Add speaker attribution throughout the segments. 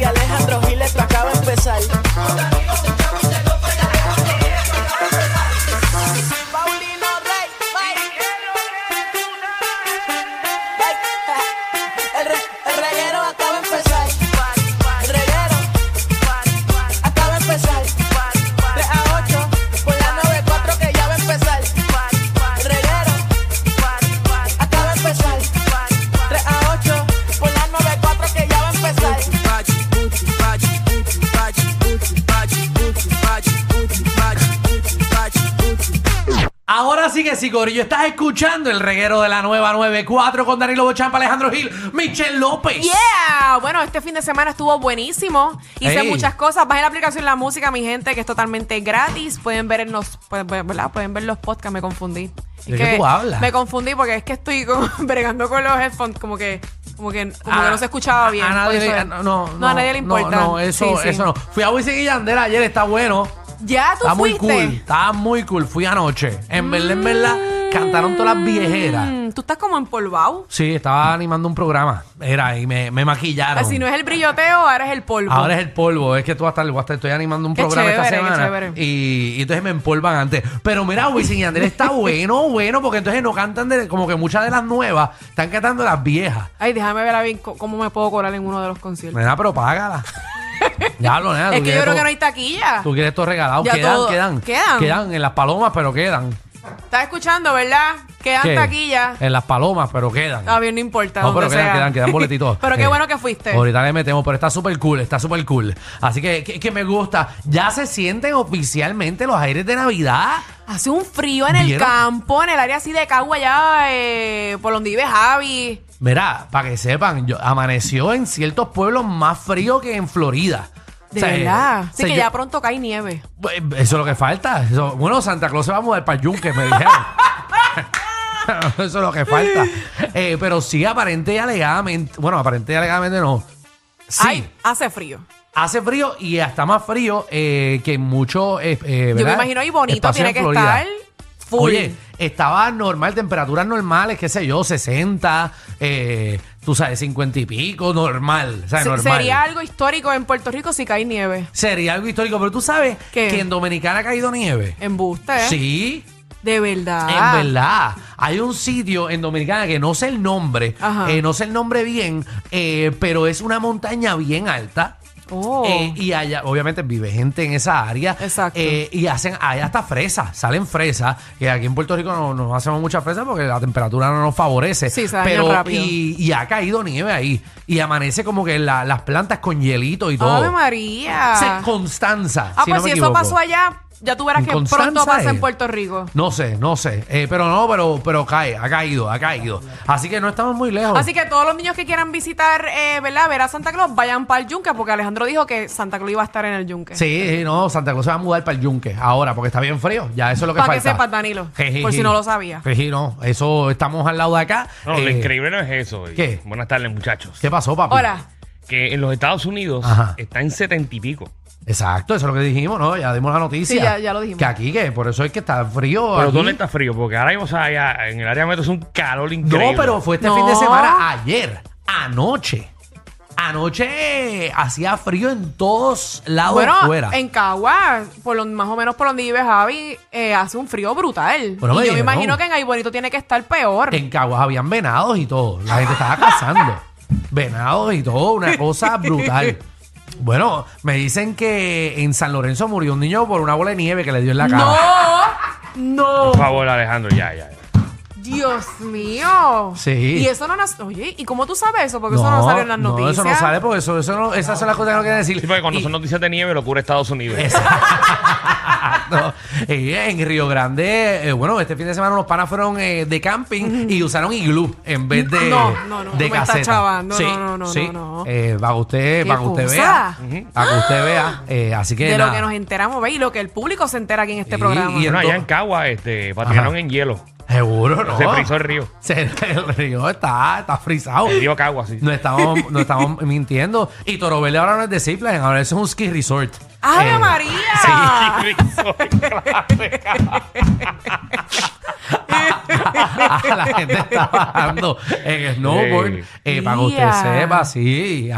Speaker 1: y Alejandro Gil, esto acaba de empezar. Paulino Rey, Rey. El re- el reguero acaba de empezar. El reguero acaba de empezar. 3 a 8, por la 94 que ya va a empezar. El reguero acaba de empezar. 3 a 8, por la 94 que ya va a empezar.
Speaker 2: Ahora sí que sí, Corillo. Estás escuchando el reguero de la nueva 94 con Danilo Bochampa, Alejandro Gil, Michelle López.
Speaker 3: Yeah, bueno, este fin de semana estuvo buenísimo. Hice
Speaker 2: Ey.
Speaker 3: muchas cosas. Bajé la aplicación La Música, mi gente, que es totalmente gratis. Pueden ver en los, pueden, ver- ¿verdad? Pueden ver los podcasts, me confundí. Es
Speaker 2: ¿De qué tú hablas?
Speaker 3: Me confundí porque es que estoy como bregando con los headphones, como que, como que, como
Speaker 2: A-
Speaker 3: que no se escuchaba bien.
Speaker 2: Ah, A nadie
Speaker 3: por eso
Speaker 2: le,
Speaker 3: es.
Speaker 2: no, no,
Speaker 3: a nadie le importa.
Speaker 2: No, no, eso,
Speaker 3: Sí, sí.
Speaker 2: eso no. Fui a Wisin y Yandel ayer, está bueno.
Speaker 3: Ya tú
Speaker 2: Está muy
Speaker 3: fuiste.
Speaker 2: cool, está muy cool. Fui anoche. En verdad, en verdad, cantaron todas las viejeras.
Speaker 3: Mm, tú estás como empolvado.
Speaker 2: Sí, estaba animando un programa. Era, y me, me maquillaron.
Speaker 3: Si no es el brilloteo, ahora es el polvo.
Speaker 2: Ahora es el polvo, es que tú hasta hasta estoy animando un
Speaker 3: Qué
Speaker 2: programa esta
Speaker 3: chévere, qué
Speaker 2: semana
Speaker 3: chévere.
Speaker 2: y, y entonces me empolvan antes. Pero mira, Wisin y Yandel está bueno, bueno, porque entonces no cantan de- como que muchas de las nuevas están cantando las viejas.
Speaker 3: Ay, déjame ver a bien co- cómo me puedo colar en uno de los conciertos.
Speaker 2: Nena, pero págala. ya lo nena,
Speaker 3: Es
Speaker 2: tú
Speaker 3: que yo
Speaker 2: quieres
Speaker 3: creo
Speaker 2: to-
Speaker 3: que no hay taquilla.
Speaker 2: Tú quieres esto regalado,
Speaker 3: Ya
Speaker 2: quedan,
Speaker 3: todo-
Speaker 2: quedan,
Speaker 3: quedan.
Speaker 2: en las palomas, pero quedan.
Speaker 3: Estás escuchando, ¿verdad? Quedan
Speaker 2: ¿Qué?
Speaker 3: taquillas.
Speaker 2: En las palomas, pero quedan.
Speaker 3: Está bien, no importa.
Speaker 2: No, pero
Speaker 3: donde
Speaker 2: quedan,
Speaker 3: sea.
Speaker 2: quedan, quedan boletitos.
Speaker 3: pero qué
Speaker 2: Eh,
Speaker 3: bueno que fuiste.
Speaker 2: Ahorita le metemos, pero está súper cool, está súper cool. Así que, que, que me gusta. Ya se sienten oficialmente los aires de Navidad.
Speaker 3: Hace un frío en el
Speaker 2: ¿Vieron?
Speaker 3: campo, en el área así de Cagua, allá eh, por donde vive Javi.
Speaker 2: Mira, para que sepan, yo, amaneció en ciertos pueblos más frío que en Florida.
Speaker 3: De
Speaker 2: O sea,
Speaker 3: verdad.
Speaker 2: eh,
Speaker 3: Así
Speaker 2: o sea,
Speaker 3: que
Speaker 2: yo-
Speaker 3: ya pronto cae nieve.
Speaker 2: Pues, Eso es lo que falta. Eso- bueno, Santa Claus se va a mudar para el yunque, me dijeron. Eso es lo que falta. Eh, pero sí, aparente y alegadamente. Bueno, aparente y alegadamente no. Sí,
Speaker 3: Ay, hace frío.
Speaker 2: hace frío y hasta más frío eh, que en muchos. eh, eh,
Speaker 3: Yo me
Speaker 2: ¿verdad?
Speaker 3: imagino ahí bonito
Speaker 2: espacios
Speaker 3: tiene
Speaker 2: en
Speaker 3: que
Speaker 2: Florida.
Speaker 3: estar full.
Speaker 2: Oye, estaba normal, temperaturas normales, qué sé yo, 60, eh, tú sabes, 50 y pico, normal. o sea,
Speaker 3: Se-
Speaker 2: normal.
Speaker 3: sería algo histórico en Puerto Rico si cae nieve.
Speaker 2: Sería algo histórico, pero tú sabes
Speaker 3: ¿Qué?
Speaker 2: que en Dominicana ha caído nieve.
Speaker 3: Embuste, ¿eh?
Speaker 2: Sí,
Speaker 3: De verdad.
Speaker 2: en verdad. Hay un sitio en Dominicana que no sé el nombre,
Speaker 3: Ajá.
Speaker 2: eh, no sé el nombre bien, eh, pero es una montaña bien alta.
Speaker 3: Oh.
Speaker 2: Eh, y allá, obviamente, vive gente en esa área.
Speaker 3: Exacto.
Speaker 2: Eh, y hacen, hay hasta fresas, salen fresas, que aquí en Puerto Rico no, no hacemos muchas fresas porque la temperatura no nos favorece.
Speaker 3: Sí, se dañan
Speaker 2: pero,
Speaker 3: rápido.
Speaker 2: Y, y ha caído nieve ahí. Y amanece como que la- las plantas con hielito y todo.
Speaker 3: Ave María.
Speaker 2: Se- Constanza.
Speaker 3: Ah,
Speaker 2: si no
Speaker 3: pues
Speaker 2: me
Speaker 3: si eso
Speaker 2: equivoco.
Speaker 3: pasó allá, ya tú verás
Speaker 2: En
Speaker 3: que pronto
Speaker 2: Constanza
Speaker 3: pasa
Speaker 2: es.
Speaker 3: en Puerto Rico.
Speaker 2: No sé, no sé. Eh, pero no, pero, pero cae, ha caído, ha caído. Así que no estamos muy lejos.
Speaker 3: Así que todos los niños que quieran visitar, eh, ¿verdad? Ver a Santa Claus, vayan para el yunque, porque Alejandro dijo que Santa Claus iba a estar en el yunque.
Speaker 2: Sí, sí, no, Santa Claus se va a mudar para el yunque ahora porque está bien frío. Ya eso es lo que
Speaker 3: Para que
Speaker 2: falta.
Speaker 3: sepas, Danilo,
Speaker 2: Jejeje.
Speaker 3: por si no lo sabía.
Speaker 2: Jejeje, no, eso estamos al lado de acá.
Speaker 4: No, lo
Speaker 2: Eh,
Speaker 4: increíble no es eso. oye.
Speaker 2: ¿qué?
Speaker 4: Buenas tardes, muchachos.
Speaker 2: ¿Qué pasó, papi?
Speaker 3: Hola.
Speaker 4: Que en los Estados Unidos
Speaker 2: Ajá.
Speaker 4: está en setenta y pico.
Speaker 2: Exacto, eso es lo que dijimos, ¿no? Ya dimos la noticia.
Speaker 3: Sí, ya- ya lo dijimos.
Speaker 2: Que aquí, que por eso es que está frío.
Speaker 4: Pero
Speaker 2: Oh, aquí.
Speaker 4: ¿dónde está frío? Porque ahora mismo, o sea, allá en el área metro es un calor increíble.
Speaker 2: No, pero fue este
Speaker 3: No.
Speaker 2: fin de semana ayer, anoche. Anoche hacía frío en todos lados
Speaker 3: Bueno,
Speaker 2: fuera.
Speaker 3: en Cagua, por lo- más o menos por donde vive Javi, eh, hace un frío
Speaker 2: Bueno,
Speaker 3: brutal. Y
Speaker 2: me
Speaker 3: yo me
Speaker 2: dijeron.
Speaker 3: imagino que en Ay Bonito tiene que estar peor.
Speaker 2: En Caguas habían venados y todo. La gente estaba cazando. venados y todo. Una cosa brutal. Bueno, me dicen que en San Lorenzo murió un niño por una bola de nieve que le dio en la cara.
Speaker 3: ¡No! ¡No!
Speaker 4: Por favor, Alejandro, ya, ya. ya.
Speaker 3: Dios mío.
Speaker 2: Sí.
Speaker 3: Y eso no nas- Oye, ¿y cómo tú sabes eso? Porque eso no salió en las
Speaker 2: no, eso
Speaker 3: noticias.
Speaker 2: no sale porque eso, eso no- esas son las cosas que no quieren decir.
Speaker 4: Sí, porque cuando
Speaker 2: Y-
Speaker 4: son noticias de nieve lo cubre Estados Unidos.
Speaker 2: Exacto. ah, Y en Río Grande, eh, bueno, este fin de semana los panas fueron eh, de camping y usaron iglú en vez de
Speaker 3: No, no,
Speaker 2: de
Speaker 3: no, no me está
Speaker 2: caseta.
Speaker 3: chavando.
Speaker 2: Sí,
Speaker 3: No, no, no,
Speaker 2: sí.
Speaker 3: no, no.
Speaker 2: Eh, para que usted,
Speaker 3: ¿Qué
Speaker 2: para que usted
Speaker 3: cosa?
Speaker 2: vea, para que usted vea, eh, así que
Speaker 3: De lo
Speaker 2: nada.
Speaker 3: que nos enteramos, ve, y lo que el público se entera aquí en este
Speaker 2: Sí,
Speaker 3: programa.
Speaker 2: y el-
Speaker 4: Bueno, allá en Cagua este, patinaron
Speaker 2: Ajá. Oh.
Speaker 4: en hielo.
Speaker 2: Seguro, no.
Speaker 4: Se frizó el río.
Speaker 2: Se- el río está, está frisado.
Speaker 4: El río Cagua, sí.
Speaker 2: No estamos, no estamos mintiendo. Y Toro Verde ahora no es de Zipline, ahora es un ski resort.
Speaker 3: ¡Ave
Speaker 2: Eh,
Speaker 3: María!
Speaker 4: Frizó el clase.
Speaker 2: la gente está bajando en snowboard.
Speaker 4: Sí.
Speaker 2: Eh, para que usted
Speaker 3: Ya.
Speaker 2: sepa, sí.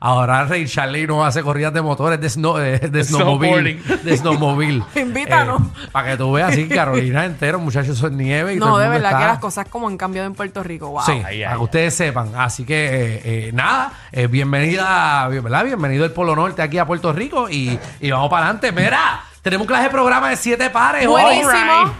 Speaker 2: Ahora Ray Charlie no hace corridas de motores de, snow, eh, de snowmobile.
Speaker 4: Snowboarding.
Speaker 2: De snowmobile.
Speaker 3: Invítanos.
Speaker 2: Eh, para que tú veas, sí, Carolina entero, muchachos, son nieve. Y
Speaker 3: No,
Speaker 2: todo el
Speaker 3: de
Speaker 2: mundo
Speaker 3: verdad
Speaker 2: está-
Speaker 3: que las cosas como han cambiado en Puerto Rico. Wow.
Speaker 2: Sí,
Speaker 4: ay,
Speaker 2: para
Speaker 4: ay.
Speaker 2: que ustedes sepan. Así que, eh, eh, nada, eh, bienvenida, bien- ¿verdad? Bienvenido el Polo Norte aquí a Puerto Rico y, y vamos para adelante. Mira, tenemos un clase de programa de siete pares. hoy.
Speaker 3: Buenísimo.
Speaker 4: Alright.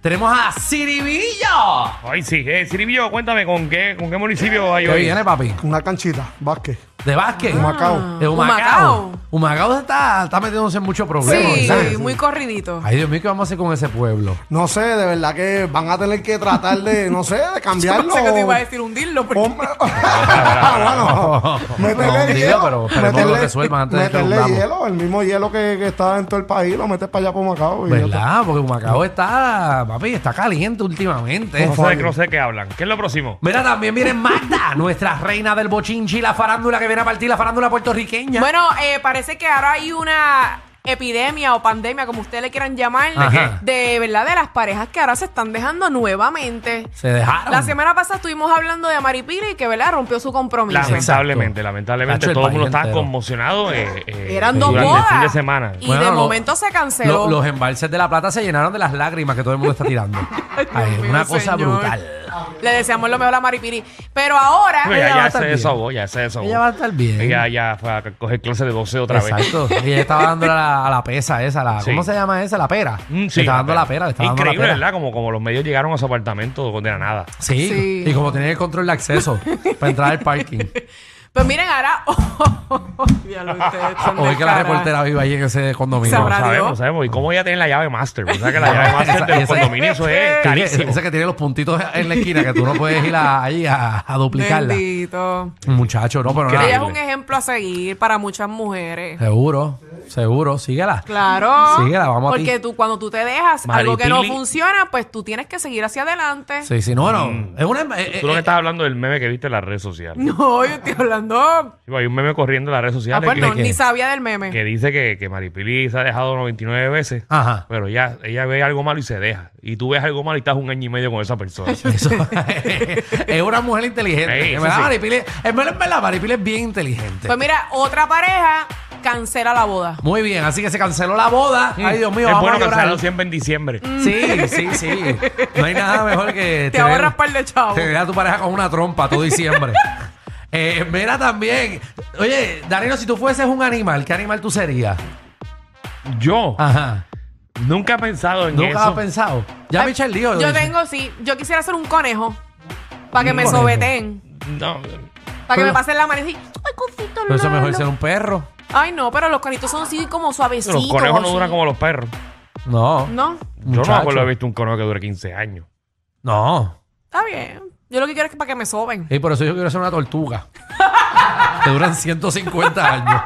Speaker 2: Tenemos a Ciribilla.
Speaker 4: Ay, sí. Eh, Siribio, cuéntame, ¿con qué, ¿con qué municipio hay
Speaker 2: ¿Qué
Speaker 4: hoy?
Speaker 2: viene, papi?
Speaker 5: Una canchita, básquet.
Speaker 2: De básquet.
Speaker 5: Humacao.
Speaker 2: De Humacao.
Speaker 3: Ah, Humacao.
Speaker 2: Humacao está, está metiéndose en muchos problemas.
Speaker 3: Sí,
Speaker 2: ¿sabes?
Speaker 3: muy corridito.
Speaker 2: Ay, Dios mío, ¿qué vamos a hacer con ese pueblo?
Speaker 5: No sé, de verdad que van a tener que tratar de, no sé, de cambiarlo.
Speaker 3: No sé qué te iba a decir, hundirlo. porque-
Speaker 5: Ponme- Ah, bueno,
Speaker 2: No,
Speaker 5: meterle
Speaker 2: digo,
Speaker 5: hielo.
Speaker 2: pero esperemos
Speaker 5: meterle-
Speaker 2: lo resuelvan antes de que
Speaker 5: meterle
Speaker 2: hundamos.
Speaker 5: hielo, el mismo hielo que, que está en todo el país, lo metes para allá por Macao. y ya está.
Speaker 2: ¿Verdad? Porque Humacao está, papi, está caliente últimamente.
Speaker 4: No sé, no sé de qué hablan. ¿Qué es lo próximo?
Speaker 2: Mira, también viene Magda, nuestra reina del bochinchi, la farándula que viene a partir, la farándula puertorriqueña.
Speaker 3: Bueno, eh, parece que ahora hay una epidemia o pandemia, como ustedes le quieran llamar,
Speaker 2: Ajá.
Speaker 3: de verdad de las parejas que ahora se están dejando nuevamente.
Speaker 2: Se dejaron.
Speaker 3: La semana pasada estuvimos hablando de Maripili que ¿verdad? rompió su compromiso.
Speaker 4: Lamentablemente, lamentablemente.
Speaker 2: Nacho, el
Speaker 4: todo el mundo
Speaker 2: país
Speaker 4: estaba
Speaker 2: entero.
Speaker 4: conmocionado. eh, eh,
Speaker 3: Eran dos
Speaker 4: durante el fin de
Speaker 3: bodas.
Speaker 4: semana.
Speaker 3: Y
Speaker 2: Bueno,
Speaker 3: de
Speaker 2: lo-
Speaker 3: momento se canceló.
Speaker 2: Lo- los embalses de La Plata se llenaron de las lágrimas que todo el mundo está tirando. Ay,
Speaker 3: Dios mío,
Speaker 2: una cosa
Speaker 3: señor.
Speaker 2: brutal.
Speaker 3: Le deseamos lo mejor a Maripili Pero ahora.
Speaker 4: Pero
Speaker 2: Ah, Ella
Speaker 4: ya,
Speaker 2: va a
Speaker 4: ya
Speaker 2: estar
Speaker 4: se
Speaker 2: bien.
Speaker 4: desahogó, ya se desahogó.
Speaker 2: Ella va a estar bien.
Speaker 4: Ella ya fue a coger clase de boxeo otra vez.
Speaker 2: Exacto. Y ella estaba dando a la, a la pesa esa, la,
Speaker 4: Sí.
Speaker 2: ¿cómo se llama esa? La pera.
Speaker 4: Mm,
Speaker 2: Le
Speaker 4: sí,
Speaker 2: estaba dando la pera, le estaba dando la
Speaker 4: Increíble,
Speaker 2: pera.
Speaker 4: ¿verdad? Como, como los medios llegaron a su apartamento de la nada.
Speaker 2: Sí.
Speaker 3: Sí.
Speaker 2: Y como tenía el control de acceso para entrar al parking.
Speaker 3: Pues miren, ahora. oh, Ya lo ustedes son
Speaker 2: O es que la
Speaker 3: descarados.
Speaker 2: reportera vive ahí en ese condominio.
Speaker 4: No
Speaker 3: Sabrá Dios.
Speaker 4: sabemos, no sabemos. ¿Y cómo ella tiene la llave master? O sea que la llave
Speaker 2: Esa-
Speaker 4: master de los
Speaker 2: esa-
Speaker 4: condominios, eso es
Speaker 2: Sí, que-
Speaker 4: carísimo.
Speaker 2: Esa que tiene los puntitos en la esquina que tú no puedes ir a, ahí a, a duplicarla.
Speaker 3: Bendito.
Speaker 2: Muchacho, no, pero
Speaker 3: Ella es
Speaker 2: nada.
Speaker 3: un ejemplo a seguir para muchas mujeres.
Speaker 2: Seguro, seguro, síguela.
Speaker 3: Claro.
Speaker 2: Síguela, vamos a ti.
Speaker 3: Porque tú, cuando tú te dejas algo que no
Speaker 4: Maripili.
Speaker 3: funciona, pues tú tienes que seguir hacia adelante.
Speaker 2: Sí, sí, no, no. Es una. eh, eh,
Speaker 4: Mm. Tú lo que estás hablando del meme que viste en las redes sociales.
Speaker 3: No, yo estoy hablando.
Speaker 4: Sí, pues, Hay un meme corriendo en las redes
Speaker 3: Ah,
Speaker 4: sociales
Speaker 3: pues no,
Speaker 4: que,
Speaker 3: ni sabía del meme.
Speaker 4: que dice que, que Maripili se ha dejado 99 veces.
Speaker 2: Ajá.
Speaker 4: Pero ya, ella ve algo malo y se deja. Y tú ves algo malo y estás un año y medio con esa persona.
Speaker 2: Eso- es una mujer inteligente.
Speaker 4: Ey,
Speaker 2: en
Speaker 4: eso
Speaker 2: verdad,
Speaker 4: sí.
Speaker 2: Maripili, en verdad, en verdad, Maripili es bien inteligente.
Speaker 3: Pues mira, otra pareja cancela la boda.
Speaker 2: Muy bien, así que se canceló la boda. Ay, Dios mío,
Speaker 4: Mm. es
Speaker 2: vamos
Speaker 4: bueno
Speaker 2: a llorar.
Speaker 4: cancelarlo siempre en diciembre.
Speaker 2: Sí, sí, sí. No hay nada mejor que.
Speaker 3: Te ahorras par de chavos.
Speaker 2: Tener a tu pareja con una trompa todo diciembre. Eh, mira también. Oye, Danilo, si tú fueses un animal, ¿qué animal tú serías? Mm. Ah,
Speaker 4: Yo
Speaker 2: Ajá.
Speaker 4: nunca he pensado en eso.
Speaker 2: Nunca has pensado. Ya me eché el lío.
Speaker 3: Yo tengo, sí, yo quisiera ser un conejo para que
Speaker 2: Un
Speaker 3: me
Speaker 2: conejo.
Speaker 3: sobeten,
Speaker 4: No,
Speaker 3: para que
Speaker 2: Pero-
Speaker 3: me pasen la mano y decir, ay, cosito,
Speaker 2: Pero eso
Speaker 3: no,
Speaker 2: es mejor
Speaker 3: no".
Speaker 2: ser un perro.
Speaker 3: Ay, no, pero los conejitos son así como suavecitos.
Speaker 4: los conejos no
Speaker 3: así.
Speaker 4: duran como los perros.
Speaker 2: No.
Speaker 3: No,
Speaker 4: Yo no me acuerdo
Speaker 2: Muchacho.
Speaker 4: de haber visto un conejo que dure 15 años.
Speaker 2: No.
Speaker 3: está bien. Yo lo que quiero es que para que me soben.
Speaker 2: Y por eso yo quiero ser una tortuga. que duran 150 años.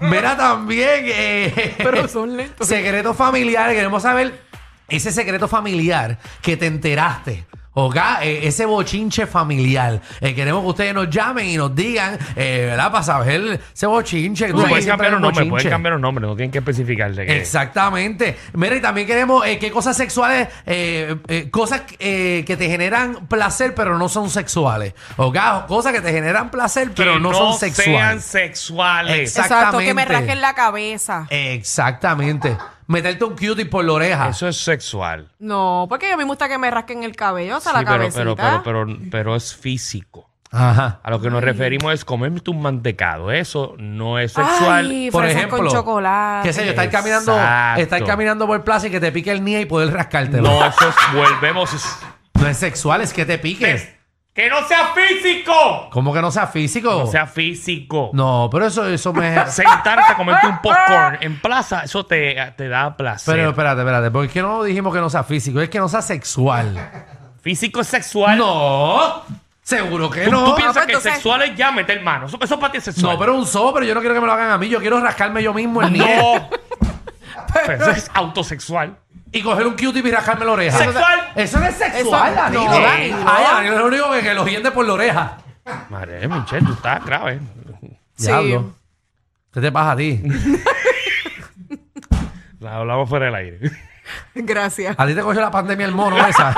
Speaker 2: Mira también. eh,
Speaker 3: Pero son lentos.
Speaker 2: Secreto familiar, queremos saber ese secreto familiar que te enteraste. O ga- eh, ese bochinche familiar. Eh, queremos que ustedes nos llamen y nos digan, eh, ¿verdad? Para saber ese bochinche. que tú
Speaker 4: Me
Speaker 2: sabes
Speaker 4: pueden
Speaker 2: siempre hay
Speaker 4: cambiar los
Speaker 2: un
Speaker 4: nombres, pueden
Speaker 2: bochinche.
Speaker 4: cambiar los nombres, no tienen que especificarse. que-
Speaker 2: Exactamente. Mira, y también queremos eh, qué cosas sexuales, eh, eh, cosas eh, que te generan placer, pero no son sexuales. O ga- cosas que te generan placer, pero
Speaker 4: que
Speaker 2: no, son
Speaker 4: sean
Speaker 2: sexuales.
Speaker 4: sexuales.
Speaker 2: Exacto.
Speaker 3: Exacto, que me
Speaker 2: exactamente.
Speaker 3: rasquen la cabeza.
Speaker 2: Exactamente. Meterte un cutie por la oreja.
Speaker 4: Eso es sexual.
Speaker 3: No, porque a mí me gusta que me rasquen el cabello, o sea,
Speaker 4: Sí,
Speaker 3: la
Speaker 4: pero,
Speaker 3: cabecita.
Speaker 4: pero, pero, pero, pero es físico.
Speaker 2: Ajá.
Speaker 4: A lo que nos referimos es comerme un mantecado. Eso no es sexual.
Speaker 3: Ay,
Speaker 2: Por
Speaker 3: fresas
Speaker 2: ejemplo,
Speaker 3: con chocolate.
Speaker 2: qué sé yo, estar caminando,
Speaker 4: Exacto.
Speaker 2: estar caminando por el plaza y que te pique el nie y poder rascártelo.
Speaker 4: no, eso es. Volvemos.
Speaker 2: No es sexual, es que te piques.
Speaker 4: ¡Que no sea físico!
Speaker 2: ¿Cómo que no sea físico?
Speaker 4: No sea físico.
Speaker 2: No, pero eso, eso me.
Speaker 4: Sentarte a comerte un popcorn en plaza, eso te, te da placer.
Speaker 2: Pero espérate, espérate, porque es que no dijimos que no sea físico, es que no sea sexual.
Speaker 4: físico es sexual.
Speaker 2: No, seguro que
Speaker 4: Tú,
Speaker 2: no. Ah,
Speaker 4: tú piensas
Speaker 3: pues,
Speaker 4: que
Speaker 3: entonces-
Speaker 4: sexual es ya meter mano. Eso, eso para ti es sexual.
Speaker 2: No, pero un sobo, pero yo no quiero que me lo hagan a mí, yo quiero rascarme yo mismo el niño
Speaker 4: No. Pero eso es autosexual.
Speaker 2: y coger un q-tip y rascarme la oreja.
Speaker 4: Sexual.
Speaker 2: Eso no es sexual,
Speaker 3: Eso-
Speaker 2: Danilo.
Speaker 3: no,
Speaker 4: Danilo.
Speaker 2: Ay, Danilo es lo único que, que lo hiende por la oreja.
Speaker 4: Madre, Michelle, tú estás grave.
Speaker 3: Sí.
Speaker 2: Diablo. ¿Qué te pasa a ti?
Speaker 4: La hablamos fuera del aire.
Speaker 3: Gracias.
Speaker 2: A ti te cogió la pandemia el mono esa.